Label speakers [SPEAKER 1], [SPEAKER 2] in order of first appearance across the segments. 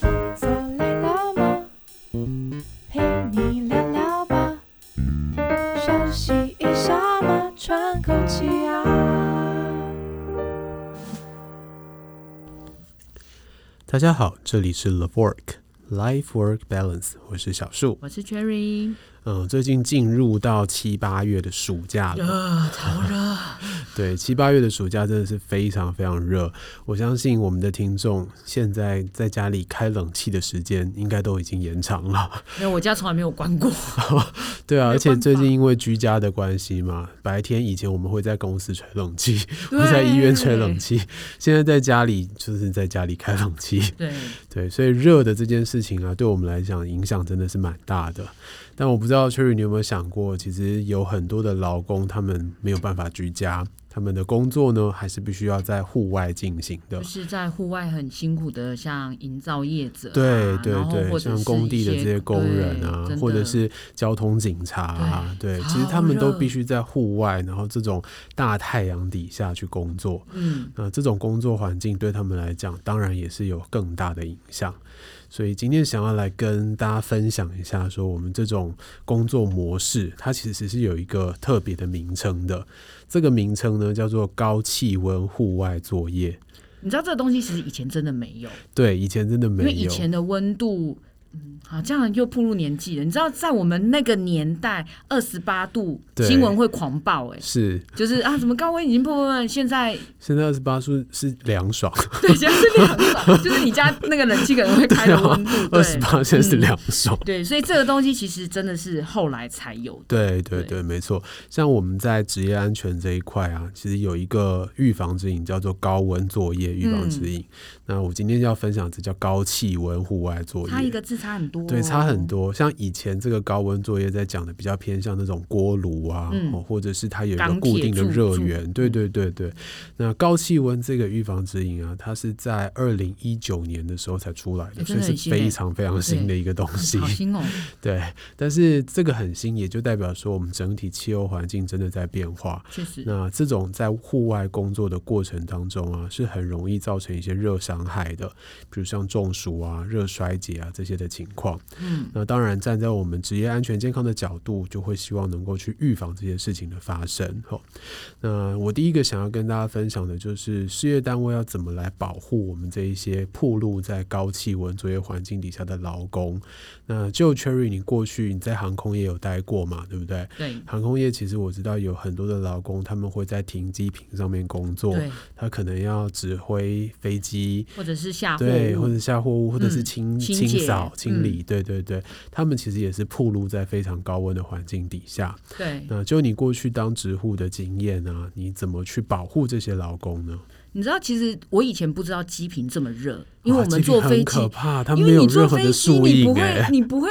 [SPEAKER 1] 坐累了吗？陪你聊聊吧，休息一下嘛，喘口气啊。
[SPEAKER 2] 大家好，这里是 Love Work Life Work Balance，我是小树。
[SPEAKER 3] 我是 Cherry，
[SPEAKER 2] 嗯，最近进入到七八月的暑假了，
[SPEAKER 3] 热超啊热，
[SPEAKER 2] 对，七八月的暑假真的是非常非常热。我相信我们的听众现在在家里开冷气的时间应该都已经延长了，
[SPEAKER 3] 没有我家从来没有关过，
[SPEAKER 2] 对啊，
[SPEAKER 3] 没
[SPEAKER 2] 而
[SPEAKER 3] 有
[SPEAKER 2] 且
[SPEAKER 3] 办法
[SPEAKER 2] 最近因为居家的关系嘛，白天以前我们会在公司吹冷气，会
[SPEAKER 3] 对
[SPEAKER 2] 在医院吹冷，气，现在在家里就是在家里开冷气。
[SPEAKER 3] 对，
[SPEAKER 2] 对，所以热的这件事情啊，对我们来讲影响真的是蛮大的。但我不知道 Cherry 你有没有想过，其实有很多的劳工他们没有办法居家，他们的工作呢还是必须要在户外进行的
[SPEAKER 3] 就。是在户外很辛苦的，像营造业者啊、
[SPEAKER 2] 对对
[SPEAKER 3] 然后或
[SPEAKER 2] 对，
[SPEAKER 3] 者
[SPEAKER 2] 像
[SPEAKER 3] 是
[SPEAKER 2] 工地的这
[SPEAKER 3] 一
[SPEAKER 2] 些工人啊
[SPEAKER 3] 对，真
[SPEAKER 2] 或者
[SPEAKER 3] 的
[SPEAKER 2] 是交通警察啊，对，其实
[SPEAKER 3] 超
[SPEAKER 2] 他们都
[SPEAKER 3] 热
[SPEAKER 2] 必须在户外，然后这种大太阳底下去工作。
[SPEAKER 3] 嗯，
[SPEAKER 2] 那呃这种工作环境对他们来讲，当然也是有更大的影响。所以今天想要来跟大家分享一下，说我们这种工作模式，它其实是有一个特别的名称的。这个名称呢，叫做高气温户外作业。
[SPEAKER 3] 你知道这个东西其实以前真的没有，
[SPEAKER 2] 对，以前真的没
[SPEAKER 3] 因
[SPEAKER 2] 有。
[SPEAKER 3] 为以前的温度。嗯，好，这样又步入年纪了。你知道，在我们那个年代，二十八度
[SPEAKER 2] 对
[SPEAKER 3] 新闻会狂爆、哎，
[SPEAKER 2] 是
[SPEAKER 3] 就是啊，怎么高温已经破破万，现在
[SPEAKER 2] 现在二十八度是凉爽，
[SPEAKER 3] 对，现在是凉爽，就是你家那个冷气可能会开的温度，
[SPEAKER 2] 二十
[SPEAKER 3] 对
[SPEAKER 2] 八现在是
[SPEAKER 3] 嗯
[SPEAKER 2] 凉爽。
[SPEAKER 3] 对，所以这个东西其实真的是后来才有的。
[SPEAKER 2] 对对
[SPEAKER 3] 对
[SPEAKER 2] 对，没错。像我们在职业安全这一块啊，其实有一个预防指引叫做高温作业预防
[SPEAKER 3] 嗯
[SPEAKER 2] 指引。那我今天要分享这叫高气温户外作业，
[SPEAKER 3] 差一个哦字差很多、
[SPEAKER 2] 对，差很。多。像以前这个高温作业在讲的比较偏向那种锅炉啊、
[SPEAKER 3] 嗯
[SPEAKER 2] 哦或者是它有一个
[SPEAKER 3] 钢
[SPEAKER 2] 固
[SPEAKER 3] 铁
[SPEAKER 2] 定的
[SPEAKER 3] 柱
[SPEAKER 2] 热
[SPEAKER 3] 柱嗯
[SPEAKER 2] 源。对对对对。那高气温这个预防指引啊，它是在二零一九年的时候才出来的，所
[SPEAKER 3] 欸真
[SPEAKER 2] 以
[SPEAKER 3] 的很
[SPEAKER 2] 是
[SPEAKER 3] 新欸
[SPEAKER 2] 非常非常新的一个东西。
[SPEAKER 3] 好新哦，
[SPEAKER 2] 对，但是这个很新，也就代表说我们整体气候环境真的在变化。
[SPEAKER 3] 确实，
[SPEAKER 2] 那这种在户外工作的过程当中啊，是很容易造成一些热伤害的，比如像中暑啊、热衰竭啊这些的情况。
[SPEAKER 3] 嗯，
[SPEAKER 2] 那当然，站在我们职业安全健康的角度，就会希望能够去预防这些事情的发生。吼，那我第一个想要跟大家分享的就是，事业单位要怎么来保护我们这一些暴露在高气温作业环境底下的劳工。那就 Cherry，你过去你在航空业有待过嘛？对不对？
[SPEAKER 3] 对
[SPEAKER 2] 航空业其实我知道有很多的劳工，他们会在停机坪上面工作，
[SPEAKER 3] 对，
[SPEAKER 2] 他可能要指挥飞机，
[SPEAKER 3] 或者是下货
[SPEAKER 2] 对，
[SPEAKER 3] 物
[SPEAKER 2] 或者下货物，或者是
[SPEAKER 3] 嗯
[SPEAKER 2] 清、
[SPEAKER 3] 清
[SPEAKER 2] 清
[SPEAKER 3] 洁嗯
[SPEAKER 2] 扫、清理，对对对，他们其实也是暴露在非常高温的环境底下。
[SPEAKER 3] 对，
[SPEAKER 2] 那就你过去当职护的经验啊，你怎么去保护这些劳工呢？
[SPEAKER 3] 你知道，其实我以前不知道机坪这么热，因为
[SPEAKER 2] 哇
[SPEAKER 3] 我
[SPEAKER 2] 这
[SPEAKER 3] 们
[SPEAKER 2] 边
[SPEAKER 3] 坐飞
[SPEAKER 2] 很
[SPEAKER 3] 机
[SPEAKER 2] 可，怕，他
[SPEAKER 3] 因
[SPEAKER 2] 没
[SPEAKER 3] 为
[SPEAKER 2] 有
[SPEAKER 3] 你坐
[SPEAKER 2] 任何
[SPEAKER 3] 飞
[SPEAKER 2] 的
[SPEAKER 3] 机，
[SPEAKER 2] 树
[SPEAKER 3] 你不
[SPEAKER 2] 荫
[SPEAKER 3] 会，
[SPEAKER 2] 哎、
[SPEAKER 3] 你不会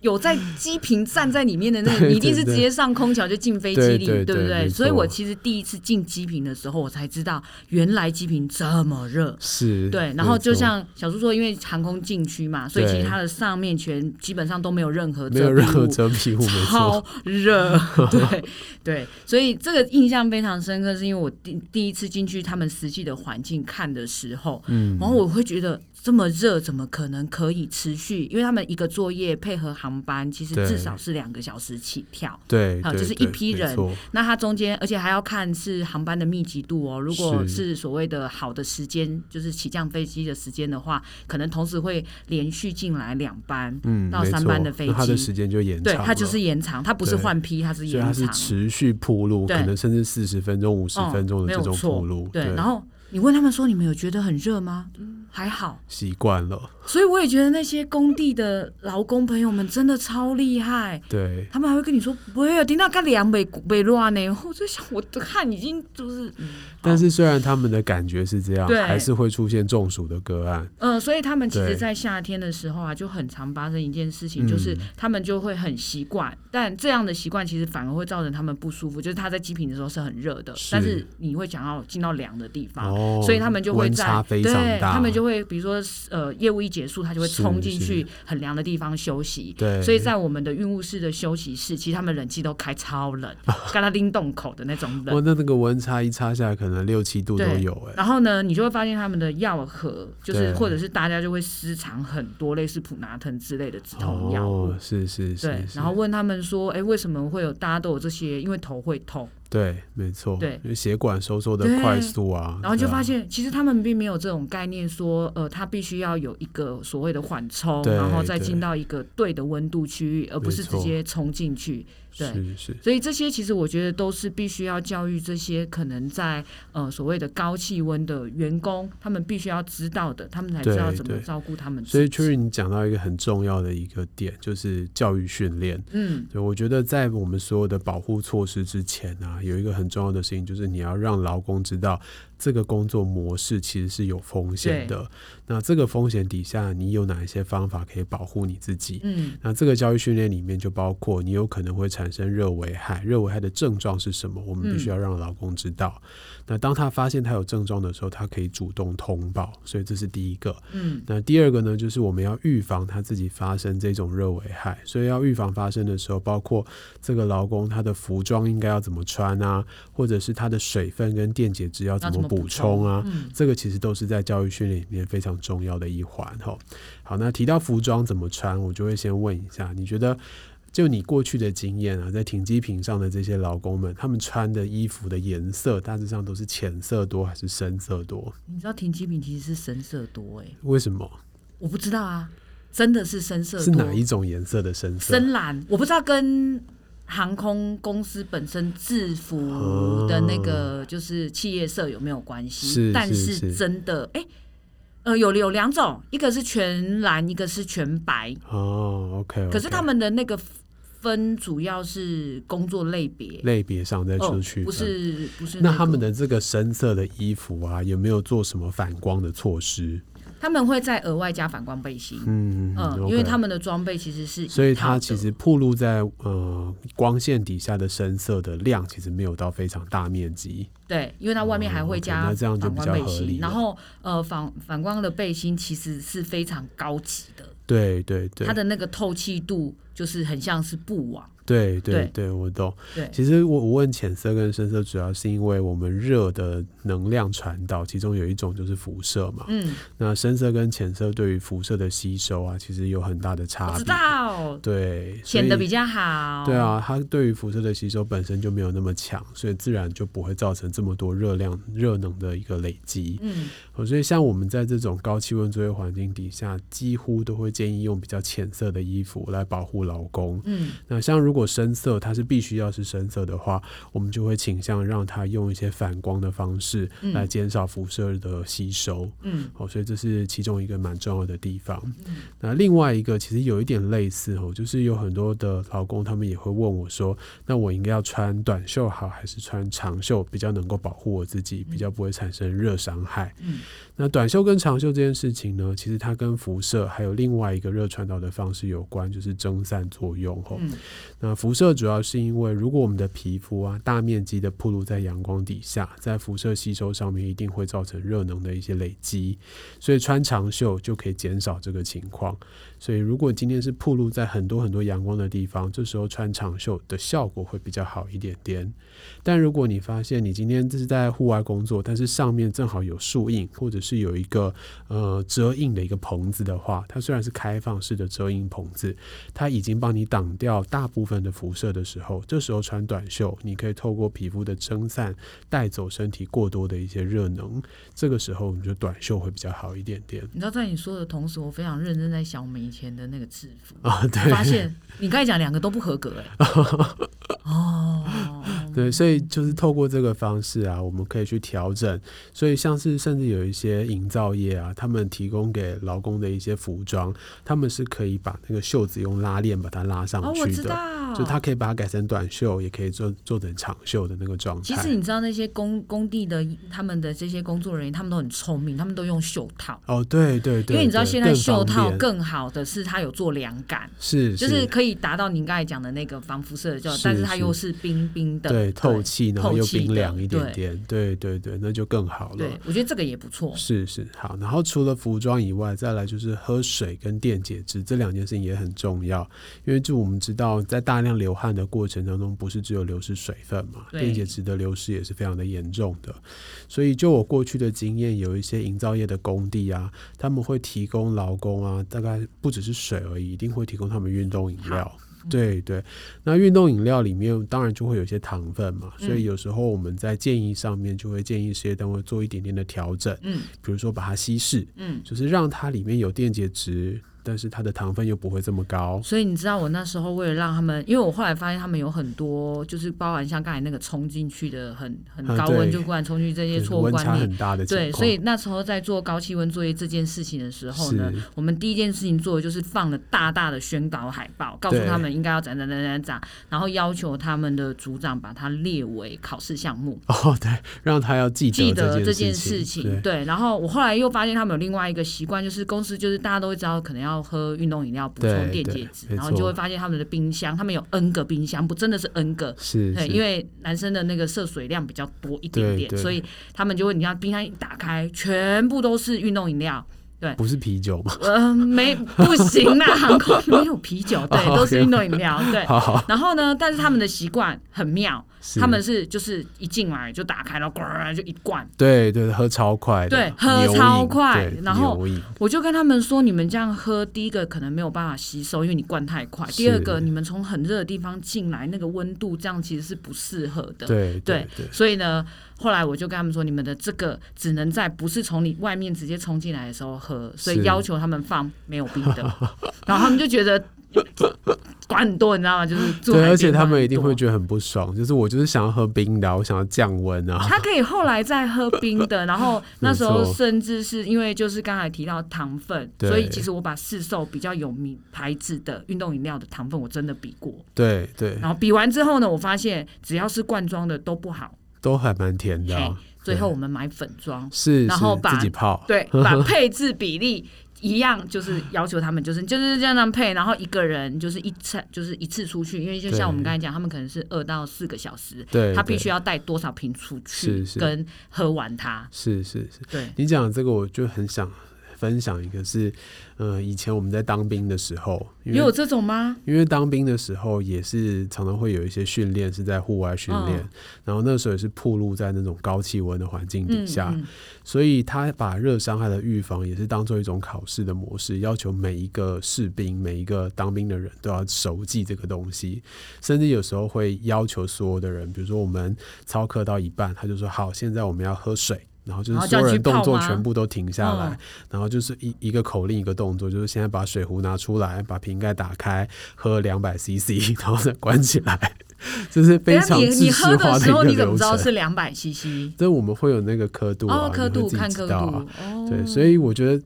[SPEAKER 3] 有在机坪站在里面的那个，
[SPEAKER 2] 对
[SPEAKER 3] 你一定是
[SPEAKER 2] 对对
[SPEAKER 3] 直接上空调就进飞机
[SPEAKER 2] 对
[SPEAKER 3] 里，
[SPEAKER 2] 对
[SPEAKER 3] 不
[SPEAKER 2] 对没
[SPEAKER 3] 对？所以我
[SPEAKER 2] 错
[SPEAKER 3] 其实第一次进机坪的时候，我才知道原来机坪这么热。
[SPEAKER 2] 是，
[SPEAKER 3] 对，然
[SPEAKER 2] 没
[SPEAKER 3] 后就
[SPEAKER 2] 错
[SPEAKER 3] 像小叔说，因为航空禁区嘛，所以其
[SPEAKER 2] 对
[SPEAKER 3] 实它的上面全基本上都没有任何
[SPEAKER 2] 没有
[SPEAKER 3] 遮蔽
[SPEAKER 2] 任何
[SPEAKER 3] 物
[SPEAKER 2] 遮蔽物， 没错，
[SPEAKER 3] 超 热，对对，所以这个印象非常深刻，是因为我第第一次进去他们实际的环境看的时候，
[SPEAKER 2] 嗯
[SPEAKER 3] 然后我会觉得这么热，怎么可能可以持续？因为他们一个作业配合航班，其实
[SPEAKER 2] 对
[SPEAKER 3] 至少是两个小时起跳。
[SPEAKER 2] 对，
[SPEAKER 3] 好
[SPEAKER 2] 对
[SPEAKER 3] 就是一
[SPEAKER 2] 对
[SPEAKER 3] 批
[SPEAKER 2] 没
[SPEAKER 3] 人
[SPEAKER 2] 错
[SPEAKER 3] 那它中间，而且还要看是航班的密集度哦。如果
[SPEAKER 2] 是
[SPEAKER 3] 是所谓的好的时间，就是起降飞机的时间的话，可能同时会连续进来两班，
[SPEAKER 2] 嗯，
[SPEAKER 3] 到
[SPEAKER 2] 没
[SPEAKER 3] 三班
[SPEAKER 2] 错
[SPEAKER 3] 的飞
[SPEAKER 2] 那他的
[SPEAKER 3] 机
[SPEAKER 2] 时间就延
[SPEAKER 3] 对，
[SPEAKER 2] 长了，
[SPEAKER 3] 它就是延长，它不是
[SPEAKER 2] 对
[SPEAKER 3] 换批，它是
[SPEAKER 2] 所以
[SPEAKER 3] 延
[SPEAKER 2] 它是
[SPEAKER 3] 长。
[SPEAKER 2] 持续铺路，可
[SPEAKER 3] 对
[SPEAKER 2] 能甚至四十分钟、五十
[SPEAKER 3] 嗯
[SPEAKER 2] 分钟的
[SPEAKER 3] 没
[SPEAKER 2] 这
[SPEAKER 3] 有
[SPEAKER 2] 种
[SPEAKER 3] 错
[SPEAKER 2] 铺路，
[SPEAKER 3] 对，然后你问他们说你们有觉得很热吗？嗯，还好。
[SPEAKER 2] 习惯了，
[SPEAKER 3] 所以我也觉得那些工地的劳工朋友们真的超厉害。
[SPEAKER 2] 对，
[SPEAKER 3] 他们还会跟你说不会有啊听到干凉北北乱呢，我就想我的汗已经就是，嗯
[SPEAKER 2] 但
[SPEAKER 3] 好
[SPEAKER 2] 是虽然他们的感觉是这样，
[SPEAKER 3] 对
[SPEAKER 2] 还是会出现中暑的个案。
[SPEAKER 3] 呃，所以他们其
[SPEAKER 2] 对
[SPEAKER 3] 实，在夏天的时候啊，就很常发生一件事情，就是
[SPEAKER 2] 嗯
[SPEAKER 3] 他们就会很习惯，但这样的习惯其实反而会造成他们不舒服。就是他在机坪的时候是很热的，
[SPEAKER 2] 是
[SPEAKER 3] 但是你会想要进到凉的地方，
[SPEAKER 2] 哦，
[SPEAKER 3] 啊所以他们就会
[SPEAKER 2] 温
[SPEAKER 3] 在
[SPEAKER 2] 差非常
[SPEAKER 3] 对，
[SPEAKER 2] 大，
[SPEAKER 3] 他们就就会比如说呃业务一结束，他就会
[SPEAKER 2] 是
[SPEAKER 3] 冲进
[SPEAKER 2] 是
[SPEAKER 3] 去很凉的地方休息。
[SPEAKER 2] 对，
[SPEAKER 3] 所以在我们的运务室的休息室，其实他们冷气都开超 冷，嘎啦叮洞口的那种冷
[SPEAKER 2] 哇，。那那个温差一差下来，可能六七度都
[SPEAKER 3] 对
[SPEAKER 2] 有哎、
[SPEAKER 3] 然后呢，你就会发现他们的药盒，就是
[SPEAKER 2] 对
[SPEAKER 3] 或者是大家就会私藏很多类似普拿疼之类的止痛药物。
[SPEAKER 2] 哦，是是是
[SPEAKER 3] 对，
[SPEAKER 2] 是
[SPEAKER 3] 然后问他们说，哎，为什么会有大家都有这些？因为头会痛，
[SPEAKER 2] 对，没错，
[SPEAKER 3] 对
[SPEAKER 2] 因为血管收缩的
[SPEAKER 3] 对
[SPEAKER 2] 快速啊，
[SPEAKER 3] 然后就
[SPEAKER 2] 对啊
[SPEAKER 3] 发现其实他们并没有这种概念说，呃，他必须要有一个所谓的缓冲，
[SPEAKER 2] 对
[SPEAKER 3] 然后再
[SPEAKER 2] 对
[SPEAKER 3] 进到一个对的温度区域，而不是
[SPEAKER 2] 没错
[SPEAKER 3] 直接冲进去。对
[SPEAKER 2] 是是，
[SPEAKER 3] 所以这些其实我觉得都是必须要教育这些可能在呃所谓的高气温的员工，他们必须要知道的，他们才知道
[SPEAKER 2] 对
[SPEAKER 3] 怎么
[SPEAKER 2] 对
[SPEAKER 3] 照顾他们自己。
[SPEAKER 2] 所以秋雨你讲到一个很重要的一个点，就是教育训练。
[SPEAKER 3] 嗯，
[SPEAKER 2] 对，我觉得在我们所有的保护措施之前啊，有一个很重要的事情，就是你要让劳工知道这个工作模式其实是有风险的。那这个风险底下，你有哪一些方法可以保护你自己？
[SPEAKER 3] 嗯，
[SPEAKER 2] 那这个教育训练里面就包括你有可能会产生热危害，热危害的症状是什么？我们必须要让劳工知道。那当他发现他有症状的时候，他可以主动通报，所以这是第一个。
[SPEAKER 3] 嗯，
[SPEAKER 2] 那第二个呢，就是我们要预防他自己发生这种热危害，所以要预防发生的时候，包括这个劳工他的服装应该要怎么穿啊，或者是他的水分跟电解质要怎么补充啊，
[SPEAKER 3] 嗯
[SPEAKER 2] 这个其实都是在教育训练里面非常重要的一环哈。好，那提到服装怎么穿，我就会先问一下，你觉得就你过去的经验啊，在停机坪上的这些劳工们，他们穿的衣服的颜色大致上都是浅色多还是深色多？
[SPEAKER 3] 你知道停机坪其实是深色多哎、
[SPEAKER 2] 为什么？
[SPEAKER 3] 我不知道啊，真的是深色多
[SPEAKER 2] 是哪一种颜色的深色？
[SPEAKER 3] 深蓝？我不知道跟航空公司本身制服的那个就是企业色有没有关系，
[SPEAKER 2] 哦是
[SPEAKER 3] 但
[SPEAKER 2] 是
[SPEAKER 3] 是
[SPEAKER 2] 是
[SPEAKER 3] 真的哎、呃，有有两种，一个是全蓝，一个是全白。
[SPEAKER 2] 哦，OK，,
[SPEAKER 3] 可是他们的那个分主要是工作类别，
[SPEAKER 2] 类别上再
[SPEAKER 3] 哦
[SPEAKER 2] 出去、，
[SPEAKER 3] 不。是不是、
[SPEAKER 2] 那他们的这个深色的衣服啊，有没有做什么反光的措施？
[SPEAKER 3] 他们会再额外加反光背心，
[SPEAKER 2] 嗯
[SPEAKER 3] 嗯，
[SPEAKER 2] OK
[SPEAKER 3] 因为他们的装备其实是一
[SPEAKER 2] 所以
[SPEAKER 3] 套
[SPEAKER 2] 它
[SPEAKER 3] 的
[SPEAKER 2] 其实暴露在呃光线底下的深色的量，其实没有到非常大面积。
[SPEAKER 3] 对，因为它外面还会
[SPEAKER 2] 哦，OK，
[SPEAKER 3] 加
[SPEAKER 2] 那这样就比
[SPEAKER 3] 反光
[SPEAKER 2] 较
[SPEAKER 3] 背
[SPEAKER 2] 合理了
[SPEAKER 3] 心，然后呃反反光的背心其实是非常高级的，
[SPEAKER 2] 对对对，
[SPEAKER 3] 它的那个透气度就是很像是布网，
[SPEAKER 2] 对对
[SPEAKER 3] 对
[SPEAKER 2] 对，我懂。
[SPEAKER 3] 对，
[SPEAKER 2] 其实我我问浅色跟深色，主要是因为我们热的能量传导，其中有一种就是辐射嘛。
[SPEAKER 3] 嗯，
[SPEAKER 2] 那深色跟浅色对于辐射的吸收啊，其实有很大的差
[SPEAKER 3] 我知
[SPEAKER 2] 别。
[SPEAKER 3] 道，
[SPEAKER 2] 对，所
[SPEAKER 3] 显得
[SPEAKER 2] 以
[SPEAKER 3] 比较好，
[SPEAKER 2] 对，啊，它对于辐射的吸收本身就没有那么强，所以自然就不会造成这么多热量、热能的一个累积。
[SPEAKER 3] 嗯，
[SPEAKER 2] 哦所以像我们在这种高气温作业环境底下，几乎都会建议用比较浅色的衣服来保护劳工。
[SPEAKER 3] 嗯，
[SPEAKER 2] 那像如果深色它是必须要是深色的话，我们就会倾向让它用一些反光的方式
[SPEAKER 3] 嗯
[SPEAKER 2] 来减少辐射的吸收。
[SPEAKER 3] 嗯，
[SPEAKER 2] 哦，所以这是其中一个蛮重要的地方。那另外一个其实有一点类似哦，就是有很多的老公他们也会问我说，那我应该要穿短袖好，还是穿长袖比较能够保护我自己，比较不会产生热伤害？
[SPEAKER 3] 嗯，
[SPEAKER 2] 那短袖跟长袖这件事情呢，其实它跟辐射还有另外一个热传导的方式有关，就是蒸散作用哦。
[SPEAKER 3] 嗯
[SPEAKER 2] 那辐射主要是因为，如果我们的皮肤啊大面积的暴露在阳光底下，在辐射吸收上面一定会造成热能的一些累积，所以穿长袖就可以减少这个情况。所以如果今天是暴露在很多很多阳光的地方，这时候穿长袖的效果会比较好一点点。但如果你发现你今天这是在户外工作，但是上面正好有树荫，或者是有一个呃遮荫的一个棚子的话，它虽然是开放式的遮荫棚子，它已经帮你挡掉大部分的辐射的时候，这时候穿短袖，你可以透过皮肤的蒸散带走身体过多的一些热能。这个时候你就短袖会比较好一点点
[SPEAKER 3] 你知道在你说的同时，我非常认真在想我们以前的那个制服，
[SPEAKER 2] 啊。对，
[SPEAKER 3] 发现你刚才讲两个都不合格，哎，哦，
[SPEAKER 2] 对，所以就是透过这个方式啊，我们可以去调整。所以像是甚至有一些营造业啊，他们提供给劳工的一些服装，他们是可以把那个袖子用拉链把它拉上
[SPEAKER 3] 哦，我
[SPEAKER 2] 去
[SPEAKER 3] 知
[SPEAKER 2] 的，
[SPEAKER 3] 道，
[SPEAKER 2] 就它可以把它改成短袖，也可以做做成长袖的那个状
[SPEAKER 3] 其
[SPEAKER 2] 态。
[SPEAKER 3] 实你知道那些工工地的他们的这些工作人员，他们都很聪明，他们都用袖套，
[SPEAKER 2] 哦，对对对，
[SPEAKER 3] 因为你知道
[SPEAKER 2] 对
[SPEAKER 3] 现在
[SPEAKER 2] 更
[SPEAKER 3] 袖
[SPEAKER 2] 方
[SPEAKER 3] 套
[SPEAKER 2] 便
[SPEAKER 3] 更好的是它有做凉感，
[SPEAKER 2] 是
[SPEAKER 3] 就是可以达到您刚才讲的那个防辐射的效果，
[SPEAKER 2] 是
[SPEAKER 3] 但是它又是冰冰的，
[SPEAKER 2] 对，透气，然后
[SPEAKER 3] 透
[SPEAKER 2] 又
[SPEAKER 3] 气
[SPEAKER 2] 冰
[SPEAKER 3] 的
[SPEAKER 2] 凉一点
[SPEAKER 3] 对
[SPEAKER 2] 点，对对对，那就更好了
[SPEAKER 3] 对。，我觉得这个也不错。
[SPEAKER 2] 是是好，然后除了服装以外，再来就是喝水跟电解质这两件事情也很重要，因为就我们知道，在大量流汗的过程当中，不是只有流失水分嘛，
[SPEAKER 3] 对
[SPEAKER 2] 电解质的流失也是非常的严重的。所以就我过去的经验，有一些营造业的工地啊，他们会提供劳工啊，大概不只是水而已，一定会提供他们运动饮料。
[SPEAKER 3] 嗯
[SPEAKER 2] 对对，那运动饮料里面当然就会有一些糖分嘛，所以
[SPEAKER 3] 嗯
[SPEAKER 2] 有时候我们在建议上面就会建议事业单位做一点点的调整，
[SPEAKER 3] 嗯
[SPEAKER 2] 比如说把它稀释，
[SPEAKER 3] 嗯。
[SPEAKER 2] 就是让它里面有电解质，但是它的糖分又不会这么高。
[SPEAKER 3] 所以你知道我那时候为了让他们，因为我后来发现他们有很多，就是包含像刚才那个冲进去的很很
[SPEAKER 2] 啊
[SPEAKER 3] 高温
[SPEAKER 2] 对
[SPEAKER 3] 就突然冲进去这些
[SPEAKER 2] 就是
[SPEAKER 3] 错误
[SPEAKER 2] 温
[SPEAKER 3] 观
[SPEAKER 2] 差
[SPEAKER 3] 念，
[SPEAKER 2] 很大的情
[SPEAKER 3] 对，
[SPEAKER 2] 况，
[SPEAKER 3] 所以那时候在做高气温作业这件事情的时候呢
[SPEAKER 2] 是，
[SPEAKER 3] 我们第一件事情做的就是放了大大的宣导海报，告诉
[SPEAKER 2] 对
[SPEAKER 3] 他们应该要怎样怎样怎样怎样，然后要求他们的组长把它列为考试项目，
[SPEAKER 2] 哦，对，让他要记
[SPEAKER 3] 记
[SPEAKER 2] 得
[SPEAKER 3] 得这件
[SPEAKER 2] 事
[SPEAKER 3] 事
[SPEAKER 2] 对
[SPEAKER 3] 情。对，然后我后来又发现他们有另外一个习惯，就是公司就是大家都会知道可能要喝运动饮料补充
[SPEAKER 2] 对
[SPEAKER 3] 电
[SPEAKER 2] 对
[SPEAKER 3] 解质，
[SPEAKER 2] 没
[SPEAKER 3] 然后你就
[SPEAKER 2] 错
[SPEAKER 3] 会发现他们的冰箱，他们有 N 个冰箱，不真的是 N 个，
[SPEAKER 2] 是，
[SPEAKER 3] 对，
[SPEAKER 2] 是
[SPEAKER 3] 因为男生的那个摄水量比较多一点
[SPEAKER 2] 对
[SPEAKER 3] 点，
[SPEAKER 2] 对
[SPEAKER 3] 所以他们就会，你看冰箱一打开，全部都是运动饮料。
[SPEAKER 2] 不是啤酒嘛，
[SPEAKER 3] 呃，没不行啦，航空没有啤酒，对，
[SPEAKER 2] 哦
[SPEAKER 3] 都是
[SPEAKER 2] OK
[SPEAKER 3] 运动饮料，对。
[SPEAKER 2] 好好，
[SPEAKER 3] 然后呢，但是他们的习惯很妙，
[SPEAKER 2] 是
[SPEAKER 3] 他们是就是一进来就打开，然后呱就一灌。
[SPEAKER 2] 对对喝超快的，
[SPEAKER 3] 对喝
[SPEAKER 2] 牛饮
[SPEAKER 3] 超快
[SPEAKER 2] 对
[SPEAKER 3] 然后
[SPEAKER 2] 牛饮
[SPEAKER 3] 我就跟他们说，你们这样喝，第一个可能没有办法吸收，因为你灌太快；第二个，
[SPEAKER 2] 是
[SPEAKER 3] 你们从很热的地方进来，那个温度这样其实是不适合的。
[SPEAKER 2] 对
[SPEAKER 3] 对
[SPEAKER 2] 对，
[SPEAKER 3] 所以呢，后来我就跟他们说，你们的这个只能在不是从你外面直接冲进来的时候喝，所以
[SPEAKER 2] 是
[SPEAKER 3] 要求他们放没有冰的， 然后他们就觉得管很多，你知道吗？就是住
[SPEAKER 2] 对，
[SPEAKER 3] 海
[SPEAKER 2] 而且
[SPEAKER 3] 边
[SPEAKER 2] 他
[SPEAKER 3] 管
[SPEAKER 2] 们
[SPEAKER 3] 很
[SPEAKER 2] 一定会
[SPEAKER 3] 多
[SPEAKER 2] 觉得很不爽，就是我就是想要喝冰的啊，我想要降温啊，
[SPEAKER 3] 他可以后来再喝冰的，然后那时
[SPEAKER 2] 没
[SPEAKER 3] 候
[SPEAKER 2] 错
[SPEAKER 3] 甚至是因为就是刚才提到糖分，
[SPEAKER 2] 对
[SPEAKER 3] 所以其实我把市售比较有名牌子的运动饮料的糖分我真的比过，
[SPEAKER 2] 对对，
[SPEAKER 3] 然后比完之后呢，我发现只要是罐装的都不好，
[SPEAKER 2] 都还蛮甜的啊
[SPEAKER 3] 嘿，最后我们买粉装，
[SPEAKER 2] 是
[SPEAKER 3] 然后
[SPEAKER 2] 是
[SPEAKER 3] 把
[SPEAKER 2] 自己泡，
[SPEAKER 3] 对，把配置比例一样，就是要求他们就是就是这样配，然后一个人就是一次就是一次出去，因为就像我们
[SPEAKER 2] 对
[SPEAKER 3] 刚才讲，他们可能是二到四个小时，
[SPEAKER 2] 对
[SPEAKER 3] 他必
[SPEAKER 2] 对
[SPEAKER 3] 须要带多少瓶出去
[SPEAKER 2] 是是
[SPEAKER 3] 跟喝完它，
[SPEAKER 2] 是是是。
[SPEAKER 3] 对，
[SPEAKER 2] 你讲的这个，我就很想分享一个是，呃，以前我们在当兵的时候，因
[SPEAKER 3] 也有
[SPEAKER 2] 为
[SPEAKER 3] 这种吗？
[SPEAKER 2] 因为当兵的时候也是常常会有一些训练是在户外训练，
[SPEAKER 3] 嗯
[SPEAKER 2] 然后那时候也是暴露在那种高气温的环境底下，
[SPEAKER 3] 嗯
[SPEAKER 2] 所以他把热伤害的预防也是当做一种考试的模式，要求每一个士兵、每一个当兵的人都要熟记这个东西，甚至有时候会要求所有的人，比如说我们操课到一半，他就说好，现在我们要喝水。然后就
[SPEAKER 3] 然
[SPEAKER 2] 是
[SPEAKER 3] 后
[SPEAKER 2] 所有
[SPEAKER 3] 叫你
[SPEAKER 2] 人
[SPEAKER 3] 去
[SPEAKER 2] 动
[SPEAKER 3] 泡
[SPEAKER 2] 作
[SPEAKER 3] 吗
[SPEAKER 2] 全部都停下来
[SPEAKER 3] 嗯，
[SPEAKER 2] 然后就是一一个口令一个动作，就是现在把水壶拿出来，把瓶盖打开，喝两百 CC，然后再关起来， 这是非
[SPEAKER 3] 等一下
[SPEAKER 2] 常
[SPEAKER 3] 你
[SPEAKER 2] 知
[SPEAKER 3] 你
[SPEAKER 2] 识
[SPEAKER 3] 喝
[SPEAKER 2] 化的
[SPEAKER 3] 的
[SPEAKER 2] 一
[SPEAKER 3] 时候
[SPEAKER 2] 个
[SPEAKER 3] 你怎么
[SPEAKER 2] 流
[SPEAKER 3] 知道
[SPEAKER 2] 程。
[SPEAKER 3] 是两百 CC？
[SPEAKER 2] 但我们会有那个刻度啊，
[SPEAKER 3] 哦，刻
[SPEAKER 2] 你会
[SPEAKER 3] 度
[SPEAKER 2] 自己
[SPEAKER 3] 看
[SPEAKER 2] 知
[SPEAKER 3] 刻度，
[SPEAKER 2] 道啊
[SPEAKER 3] 哦，
[SPEAKER 2] 对，所以我觉得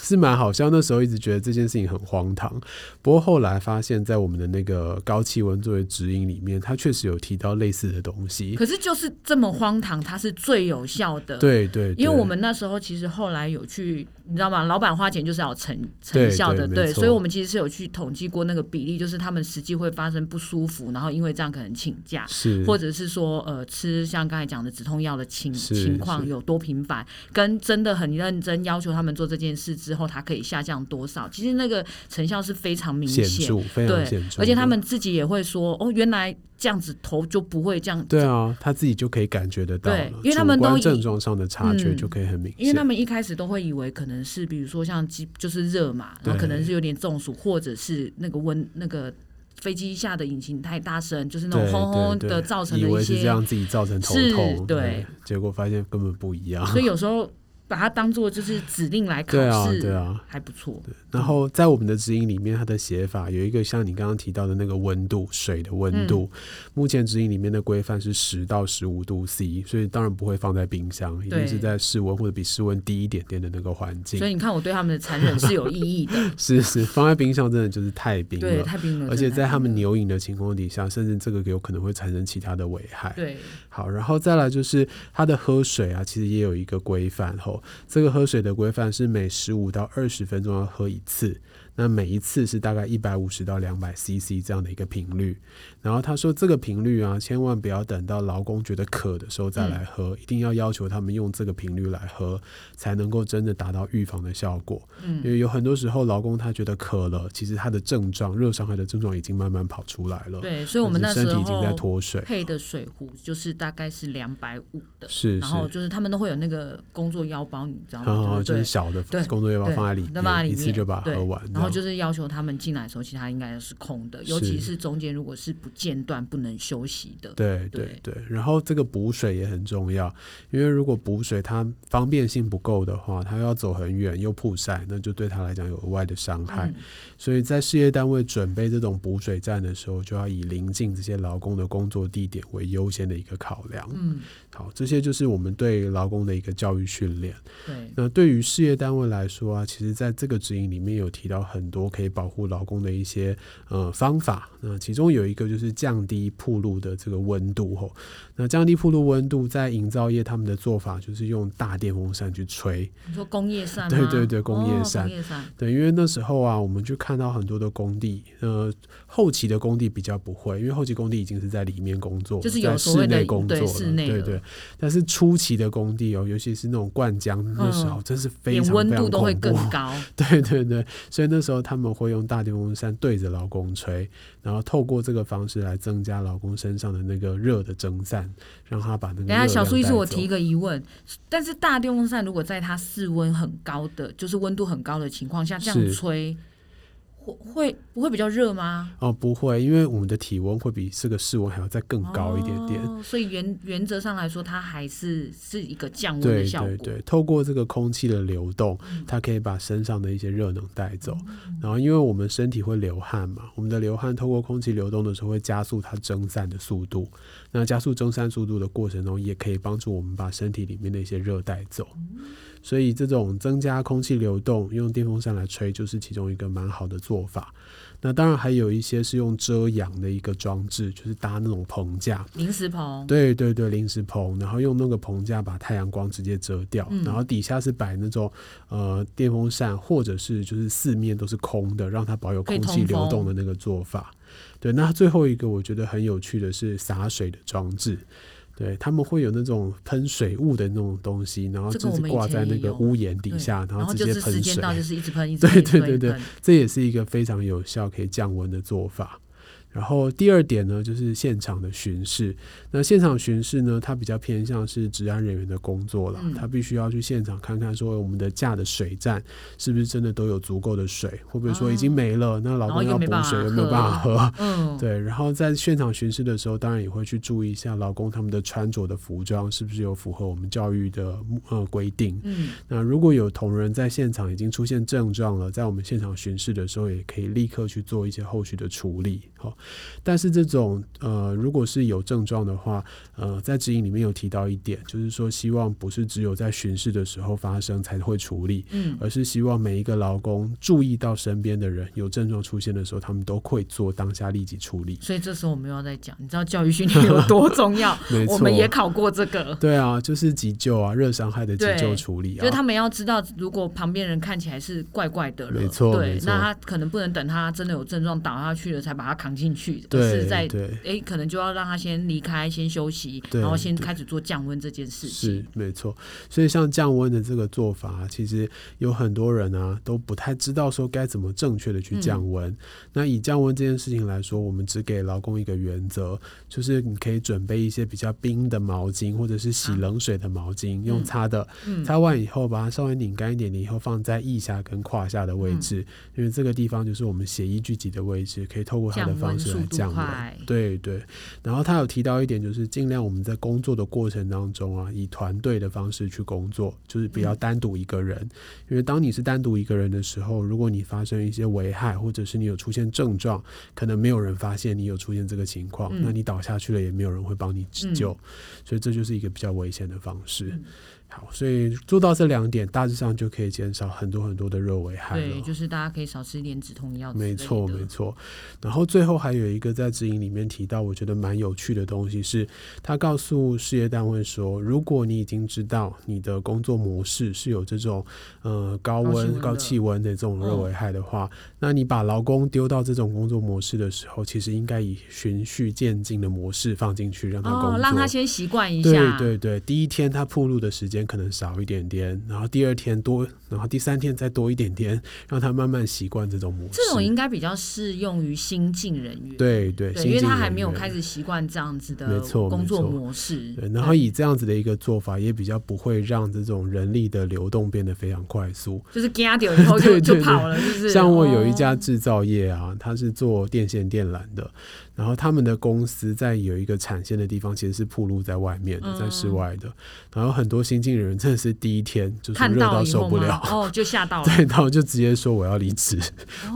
[SPEAKER 2] 是蛮好笑。那时候一直觉得这件事情很荒唐，不过后来发现，在我们的那个高气温作为指引里面，它确实有提到类似的东西。
[SPEAKER 3] 可是就是这么荒唐，它是最有效的，
[SPEAKER 2] 对对，
[SPEAKER 3] 因为
[SPEAKER 2] 对
[SPEAKER 3] 我们那时候其实后来有去，你知道吗？老板花钱就是要有成
[SPEAKER 2] 对
[SPEAKER 3] 成效的，
[SPEAKER 2] 对
[SPEAKER 3] 对，
[SPEAKER 2] 没错
[SPEAKER 3] 所以我们其实是有去统计过那个比例，就是他们实际会发生不舒服，然后因为这样可能请假，
[SPEAKER 2] 是
[SPEAKER 3] 或者是说呃吃像刚才讲的止痛药的情
[SPEAKER 2] 是
[SPEAKER 3] 情况
[SPEAKER 2] 是
[SPEAKER 3] 有多频繁，跟真的很认真要求他们做这件事之后，它可以下降多少，其实那个成效是非常明
[SPEAKER 2] 显
[SPEAKER 3] 显，
[SPEAKER 2] 著，非常
[SPEAKER 3] 对
[SPEAKER 2] 显，著。
[SPEAKER 3] 而且他们自己也会说，哦，原来这样子头就不会这样
[SPEAKER 2] 对啊，他自己就可以感觉得到了，
[SPEAKER 3] 对因为他们
[SPEAKER 2] 主观
[SPEAKER 3] 都以
[SPEAKER 2] 症状上的察觉
[SPEAKER 3] 嗯
[SPEAKER 2] 就可以很明显。
[SPEAKER 3] 因为他们一开始都会以为可能是，比如说像机就是热嘛，然后可能是有点中暑，或者是那个温那个飞机下的引擎太大声，就是那
[SPEAKER 2] 对
[SPEAKER 3] 种轰轰
[SPEAKER 2] 对
[SPEAKER 3] 的
[SPEAKER 2] 对
[SPEAKER 3] 造成
[SPEAKER 2] 以
[SPEAKER 3] 的
[SPEAKER 2] 为
[SPEAKER 3] 一
[SPEAKER 2] 是
[SPEAKER 3] 些。
[SPEAKER 2] 这样自己造成头
[SPEAKER 3] 是
[SPEAKER 2] 痛，
[SPEAKER 3] 对，
[SPEAKER 2] 结果发现根本不一样。
[SPEAKER 3] 所以有时候把它当做就是指令来考
[SPEAKER 2] 对啊
[SPEAKER 3] 试，
[SPEAKER 2] 对啊
[SPEAKER 3] 还不错。
[SPEAKER 2] 然后在我们的指引里面，它的写法有一个像你刚刚提到的那个温度，水的温度。
[SPEAKER 3] 嗯
[SPEAKER 2] 目前指引里面的规范是十到十五度 C，所以当然不会放在冰箱，一定是在室温或者比室温低一点点的那个环
[SPEAKER 3] 所
[SPEAKER 2] 境。
[SPEAKER 3] 以你看，我对他们的残忍是有意 义的，
[SPEAKER 2] 是是，放在冰箱真的就是太冰
[SPEAKER 3] 对，
[SPEAKER 2] 了。
[SPEAKER 3] 太冰冷，
[SPEAKER 2] 而且
[SPEAKER 3] 真的嗯
[SPEAKER 2] 在他们
[SPEAKER 3] 太冰
[SPEAKER 2] 牛饮的情况底下，甚至这个有可能会产生其他的危害。
[SPEAKER 3] 冷对
[SPEAKER 2] 好，然后再来就是它的喝水啊，其实也有一个规范吼。这个喝水的规范是每十五到二十分钟要喝一次，那每一次是大概一百五十到两百 CC 这样的一个频率。然后他说这个频率啊，千万不要等到劳工觉得渴的时候再来
[SPEAKER 3] 嗯
[SPEAKER 2] 喝，一定要要求他们用这个频率来喝，才能够真的达到预防的效果。
[SPEAKER 3] 嗯
[SPEAKER 2] 因为有很多时候劳工他觉得渴了，其实他的症状热伤害的症状已经慢慢跑出来了，
[SPEAKER 3] 对，所以我们
[SPEAKER 2] 但
[SPEAKER 3] 那
[SPEAKER 2] 是
[SPEAKER 3] 时
[SPEAKER 2] 身体已经在
[SPEAKER 3] 候
[SPEAKER 2] 脱水，
[SPEAKER 3] 配的水壶就是大概是两百五的，
[SPEAKER 2] 是
[SPEAKER 3] 然后
[SPEAKER 2] 是。
[SPEAKER 3] 就是他们都会有那个工作腰包，你知道
[SPEAKER 2] 然
[SPEAKER 3] 吗？
[SPEAKER 2] 后
[SPEAKER 3] 对不
[SPEAKER 2] 哦就是
[SPEAKER 3] 对？
[SPEAKER 2] 小的
[SPEAKER 3] 对
[SPEAKER 2] 工作要不要
[SPEAKER 3] 对
[SPEAKER 2] 放在里
[SPEAKER 3] 那放在
[SPEAKER 2] 面，
[SPEAKER 3] 里
[SPEAKER 2] 一
[SPEAKER 3] 面
[SPEAKER 2] 次就把它
[SPEAKER 3] 对
[SPEAKER 2] 喝完，
[SPEAKER 3] 然后
[SPEAKER 2] 这
[SPEAKER 3] 就
[SPEAKER 2] 样
[SPEAKER 3] 是要求他们进来的时候，其他应该是空的，尤其是中间如果是不间断不能休息的，
[SPEAKER 2] 对对对，然后这个补水也很重要，因为如果补水它方便性不够的话，它要走很远又曝晒，那就对它来讲有额外的伤害。
[SPEAKER 3] 嗯
[SPEAKER 2] 所以在事业单位准备这种补水站的时候，就要以临近这些劳工的工作地点为优先的一个考量。
[SPEAKER 3] 嗯，
[SPEAKER 2] 好，这些就是我们对劳工的一个教育训练。
[SPEAKER 3] 对，
[SPEAKER 2] 那对于事业单位来说啊，其实在这个指引里面有提到很多可以保护劳工的一些呃方法。那其中有一个就是降低铺路的这个温度吼。那降低铺路温度，在营造业他们的做法就是用大电风扇去吹。
[SPEAKER 3] 你说工业扇吗？
[SPEAKER 2] 对对对工业
[SPEAKER 3] 哦
[SPEAKER 2] 扇
[SPEAKER 3] 工业扇，
[SPEAKER 2] 对，因为那时候啊，我们就看到很多的工地，呃，后期的工地比较不会，因为后期工地已经是在里面工作，
[SPEAKER 3] 就是有
[SPEAKER 2] 在
[SPEAKER 3] 所
[SPEAKER 2] 室
[SPEAKER 3] 谓的
[SPEAKER 2] 内工作
[SPEAKER 3] 对室内
[SPEAKER 2] 对
[SPEAKER 3] 的
[SPEAKER 2] 对。但是初期的工地哦，尤其是那种灌浆，那时候真是非
[SPEAKER 3] 嗯连
[SPEAKER 2] 常
[SPEAKER 3] 温
[SPEAKER 2] 非
[SPEAKER 3] 度
[SPEAKER 2] 常
[SPEAKER 3] 都会
[SPEAKER 2] 恐怖
[SPEAKER 3] 更。高，
[SPEAKER 2] 对对对，所以那时候他们会用大电风扇对着劳工吹，然后透过这个方式来增加劳工身上的那个热的蒸散，让他把那个热
[SPEAKER 3] 等一下，
[SPEAKER 2] 量
[SPEAKER 3] 小苏医师，
[SPEAKER 2] 带
[SPEAKER 3] 我
[SPEAKER 2] 走
[SPEAKER 3] 提一个疑问，但是大电风扇如果在它室温很高的，就是温度很高的情况下，这样
[SPEAKER 2] 是
[SPEAKER 3] 吹，会会不会比较热吗？
[SPEAKER 2] 哦，不会，因为我们的体温会比这个室温还要再更高一点点。
[SPEAKER 3] 哦、所以原原则上来说，它还是是一个降温的
[SPEAKER 2] 对
[SPEAKER 3] 效果。嗯
[SPEAKER 2] 对对，透过这个空气的流动，它可以把身上的一些热能带走。然后，因为我们身体会流汗嘛，我们的流汗透过空气流动的时候，会加速它蒸散的速度。那加速蒸散速度的过程中，也可以帮助我们把身体里面的一些热带走。
[SPEAKER 3] 嗯
[SPEAKER 2] 所以，这种增加空气流动，用电风扇来吹，就是其中一个蛮好的做法。那当然还有一些是用遮阳的一个装置，就是搭那种棚架，
[SPEAKER 3] 临时棚，
[SPEAKER 2] 对对对，临时棚，然后用那个棚架把太阳光直接遮掉，
[SPEAKER 3] 嗯
[SPEAKER 2] 然后底下是摆那种呃电风扇，或者是就是四面都是空的，让它保有
[SPEAKER 3] 可以
[SPEAKER 2] 空气
[SPEAKER 3] 通
[SPEAKER 2] 流
[SPEAKER 3] 风
[SPEAKER 2] 动的那个做法。对，那最后一个我觉得很有趣的是洒水的装置。对，他们会有那种喷水雾的那种东西，然后
[SPEAKER 3] 这个
[SPEAKER 2] 就
[SPEAKER 3] 我
[SPEAKER 2] 是
[SPEAKER 3] 们以
[SPEAKER 2] 挂
[SPEAKER 3] 前
[SPEAKER 2] 在
[SPEAKER 3] 也
[SPEAKER 2] 那个
[SPEAKER 3] 有
[SPEAKER 2] 屋檐底
[SPEAKER 3] 对
[SPEAKER 2] 下，然
[SPEAKER 3] 然
[SPEAKER 2] 后
[SPEAKER 3] 后
[SPEAKER 2] 直
[SPEAKER 3] 就
[SPEAKER 2] 接
[SPEAKER 3] 是时
[SPEAKER 2] 喷
[SPEAKER 3] 间
[SPEAKER 2] 水。
[SPEAKER 3] 到就是一直 喷，一直
[SPEAKER 2] 对对
[SPEAKER 3] 喷，一直
[SPEAKER 2] 对
[SPEAKER 3] 喷
[SPEAKER 2] 对，这也是一个非常有效可以降温的做法。然后第二点呢，就是现场的巡视。那现场巡视呢，它比较偏向是治安人员的工作啦，
[SPEAKER 3] 嗯
[SPEAKER 2] 他必须要去现场看看，说我们的架的水站是不是真的都有足够的水，会不会说已经没了，那老
[SPEAKER 3] 然后
[SPEAKER 2] 公
[SPEAKER 3] 又
[SPEAKER 2] 要补
[SPEAKER 3] 没办
[SPEAKER 2] 水哦
[SPEAKER 3] 法
[SPEAKER 2] 又没有办法喝。哦
[SPEAKER 3] 嗯，
[SPEAKER 2] 对，然后在现场巡视的时候，当然也会去注意一下劳工他们的穿着的服装是不是有符合我们教育的呃规定。
[SPEAKER 3] 嗯，
[SPEAKER 2] 那如果有同仁在现场已经出现症状了，在我们现场巡视的时候，也可以立刻去做一些后续的处理。好、但是这种呃，如果是有症状的话，呃，在指引里面有提到一点，就是说希望不是只有在巡视的时候发生才会处理，
[SPEAKER 3] 嗯，
[SPEAKER 2] 而是希望每一个劳工注意到身边的人有症状出现的时候，他们都会做当下立即处理。
[SPEAKER 3] 所以这时候我们又要再讲，你知道教育训练有多重要
[SPEAKER 2] 没，错
[SPEAKER 3] 我们也考过这个。
[SPEAKER 2] 对啊，就是急救啊，热伤害的急救
[SPEAKER 3] 对
[SPEAKER 2] 处理啊，
[SPEAKER 3] 就是他们要知道，如果旁边人看起来是怪怪的了，
[SPEAKER 2] 没错没
[SPEAKER 3] 对，
[SPEAKER 2] 错
[SPEAKER 3] 那他可能不能等他真的有症状倒下去了才把他扛进去，而
[SPEAKER 2] 对
[SPEAKER 3] 是在
[SPEAKER 2] 对
[SPEAKER 3] 哎，可能就要让他先离开，先休息，
[SPEAKER 2] 对
[SPEAKER 3] 然后先
[SPEAKER 2] 对
[SPEAKER 3] 开始做降温这件事
[SPEAKER 2] 是
[SPEAKER 3] 情。
[SPEAKER 2] 没错，所以像降温的这个做法啊，其实有很多人啊都不太知道说该怎么正确的去降温。
[SPEAKER 3] 嗯
[SPEAKER 2] 那以降温这件事情来说，我们只给劳工一个原则，就是你可以准备一些比较冰的毛巾，或者是洗
[SPEAKER 3] 啊
[SPEAKER 2] 冷水的毛巾，用
[SPEAKER 3] 嗯
[SPEAKER 2] 擦的，
[SPEAKER 3] 嗯，
[SPEAKER 2] 擦完以后把它稍微拧干一点点，以后放在腋下跟胯下的位
[SPEAKER 3] 嗯
[SPEAKER 2] 置，因为这个地方就是我们血液聚集的位置，可以透过它的
[SPEAKER 3] 降
[SPEAKER 2] 方
[SPEAKER 3] 温
[SPEAKER 2] 式
[SPEAKER 3] 速
[SPEAKER 2] 来
[SPEAKER 3] 度
[SPEAKER 2] 降温。
[SPEAKER 3] 快，
[SPEAKER 2] 对对，然后他有提到一点，就是尽量我们在工作的过程当中啊，以团队的方式去工作，就是不要
[SPEAKER 3] 嗯
[SPEAKER 2] 单独一个人，因为当你是单独一个人的时候，如果你发生一些危害，或者是你有出现症状，可能没有人发现你有出现这个情况，
[SPEAKER 3] 嗯
[SPEAKER 2] 那你倒下去了也没有人会帮你急
[SPEAKER 3] 嗯
[SPEAKER 2] 救，所以这就是一个比较危险的方式。
[SPEAKER 3] 嗯
[SPEAKER 2] 好，所以做到这两点，大致上就可以减少很多很多的热危害了
[SPEAKER 3] 对，。就是大家可以少吃一点止痛药之类的。
[SPEAKER 2] 没错，没错。然后最后还有一个在指引里面提到，我觉得蛮有趣的东西是，他告诉事业单位说，如果你已经知道你的工作模式是有这种呃高
[SPEAKER 3] 高气
[SPEAKER 2] 温、
[SPEAKER 3] 温
[SPEAKER 2] 高
[SPEAKER 3] 的
[SPEAKER 2] 气温的这种热
[SPEAKER 3] 嗯
[SPEAKER 2] 危害的话，那你把劳工丢到这种工作模式的时候，其实应该以循序渐进的模式放进去，让他工
[SPEAKER 3] 哦
[SPEAKER 2] 作，，
[SPEAKER 3] 让他先习惯一
[SPEAKER 2] 对
[SPEAKER 3] 下。
[SPEAKER 2] 对对，第一天它铺路的时间可能少一点点，然后第二天多，然后第三天再多一点点，让它慢慢习惯这种模式。
[SPEAKER 3] 这种应该比较适用于新进人员。
[SPEAKER 2] 对对，
[SPEAKER 3] 对，
[SPEAKER 2] 新
[SPEAKER 3] 因为
[SPEAKER 2] 进
[SPEAKER 3] 他还
[SPEAKER 2] 人
[SPEAKER 3] 没有
[SPEAKER 2] 员
[SPEAKER 3] 开。始习惯这样子
[SPEAKER 2] 没
[SPEAKER 3] 的
[SPEAKER 2] 错
[SPEAKER 3] 工作
[SPEAKER 2] 没错
[SPEAKER 3] 模式。
[SPEAKER 2] 对，然后以这样子的一个做法，也比较不会让这种人力的流动变得非常快速。
[SPEAKER 3] 就是嘎掉 以后就
[SPEAKER 2] 对对
[SPEAKER 3] 就跑了，是不是？
[SPEAKER 2] 像我有一家
[SPEAKER 3] 哦
[SPEAKER 2] 制造业啊，它是做电线电缆的，然后他们的公司在有一个产线的地方，其实是铺路在外面的，在室
[SPEAKER 3] 嗯
[SPEAKER 2] 外的。然后很多新进人真的是第一天就是
[SPEAKER 3] 看
[SPEAKER 2] 热
[SPEAKER 3] 到
[SPEAKER 2] 到
[SPEAKER 3] 以
[SPEAKER 2] 受
[SPEAKER 3] 后
[SPEAKER 2] 不
[SPEAKER 3] 吗
[SPEAKER 2] 了，
[SPEAKER 3] 哦，就吓到 了，
[SPEAKER 2] 对，然后就直接说我要离职，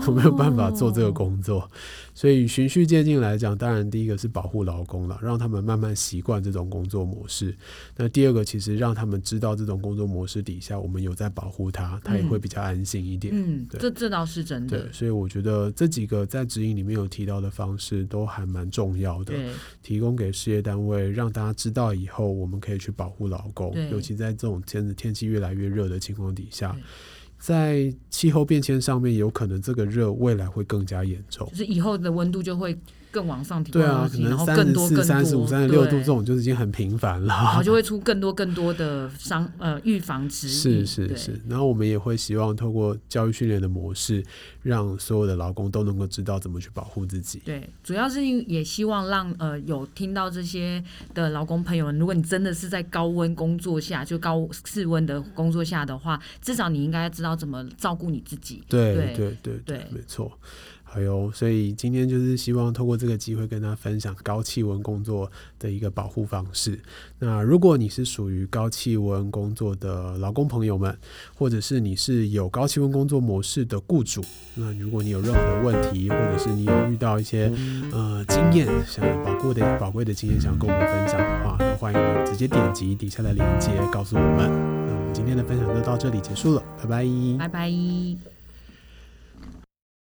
[SPEAKER 2] 我没有办法做这个
[SPEAKER 3] 哦。
[SPEAKER 2] 工作。所以循序渐进来讲，当然第一个是保护劳工了，让他们慢慢习惯这种工作模式。那第二个，其实让他们知道这种工作模式底下，我们有在保护他，他也会
[SPEAKER 3] 嗯
[SPEAKER 2] 比较安心一点。
[SPEAKER 3] 嗯，
[SPEAKER 2] 对
[SPEAKER 3] 这这倒是真
[SPEAKER 2] 对
[SPEAKER 3] 的，。
[SPEAKER 2] 所以我觉得这几个在指引里面有提到的方式都还蛮重要的，
[SPEAKER 3] 对，
[SPEAKER 2] 提供给事业单位，让大家知道以后我们可以去保护劳工，
[SPEAKER 3] 对
[SPEAKER 2] 尤其在这种天天气越来越热的情况底下
[SPEAKER 3] 对，
[SPEAKER 2] 在气候变迁上面，有可能这个热未来会更加严重
[SPEAKER 3] 就。是以后的温度就会更往上提，
[SPEAKER 2] 对啊，
[SPEAKER 3] 往上
[SPEAKER 2] 可
[SPEAKER 3] 提
[SPEAKER 2] 能
[SPEAKER 3] 然后
[SPEAKER 2] 三
[SPEAKER 3] 更
[SPEAKER 2] 十
[SPEAKER 3] 多、
[SPEAKER 2] 四、
[SPEAKER 3] 更
[SPEAKER 2] 三十五、
[SPEAKER 3] 多、
[SPEAKER 2] 三十六度
[SPEAKER 3] 对
[SPEAKER 2] 这，种啊就是已经很频繁
[SPEAKER 3] 然
[SPEAKER 2] 了
[SPEAKER 3] 后。就会出更多更多的伤呃预防指引。
[SPEAKER 2] 是是
[SPEAKER 3] 对
[SPEAKER 2] 是，然后我们也会希望透过教育训练的模式，让所有的劳工都能够知道怎么去保护自己。
[SPEAKER 3] 对，主要是因也希望让呃有听到这些的劳工朋友们，如果你真的是在高温工作下，就高室温的工作下的话，至少你应该知道怎么照顾你自己。
[SPEAKER 2] 对
[SPEAKER 3] 对
[SPEAKER 2] 对对
[SPEAKER 3] 对
[SPEAKER 2] 没错。还有，所以今天就是希望透过这个机会跟大家分享高气温工作的一个保护方式。那如果你是属于高气温工作的劳工朋友们，或者是你是有高气温工作模式的雇主，那如果你有任何的问题，或者是你有遇到一些呃经验，想宝贵的宝贵的经验想跟我们分享的话，那欢迎你直接点击底下的链接告诉我们。那我们今天的分享就到这里结束了，拜拜
[SPEAKER 3] 拜拜。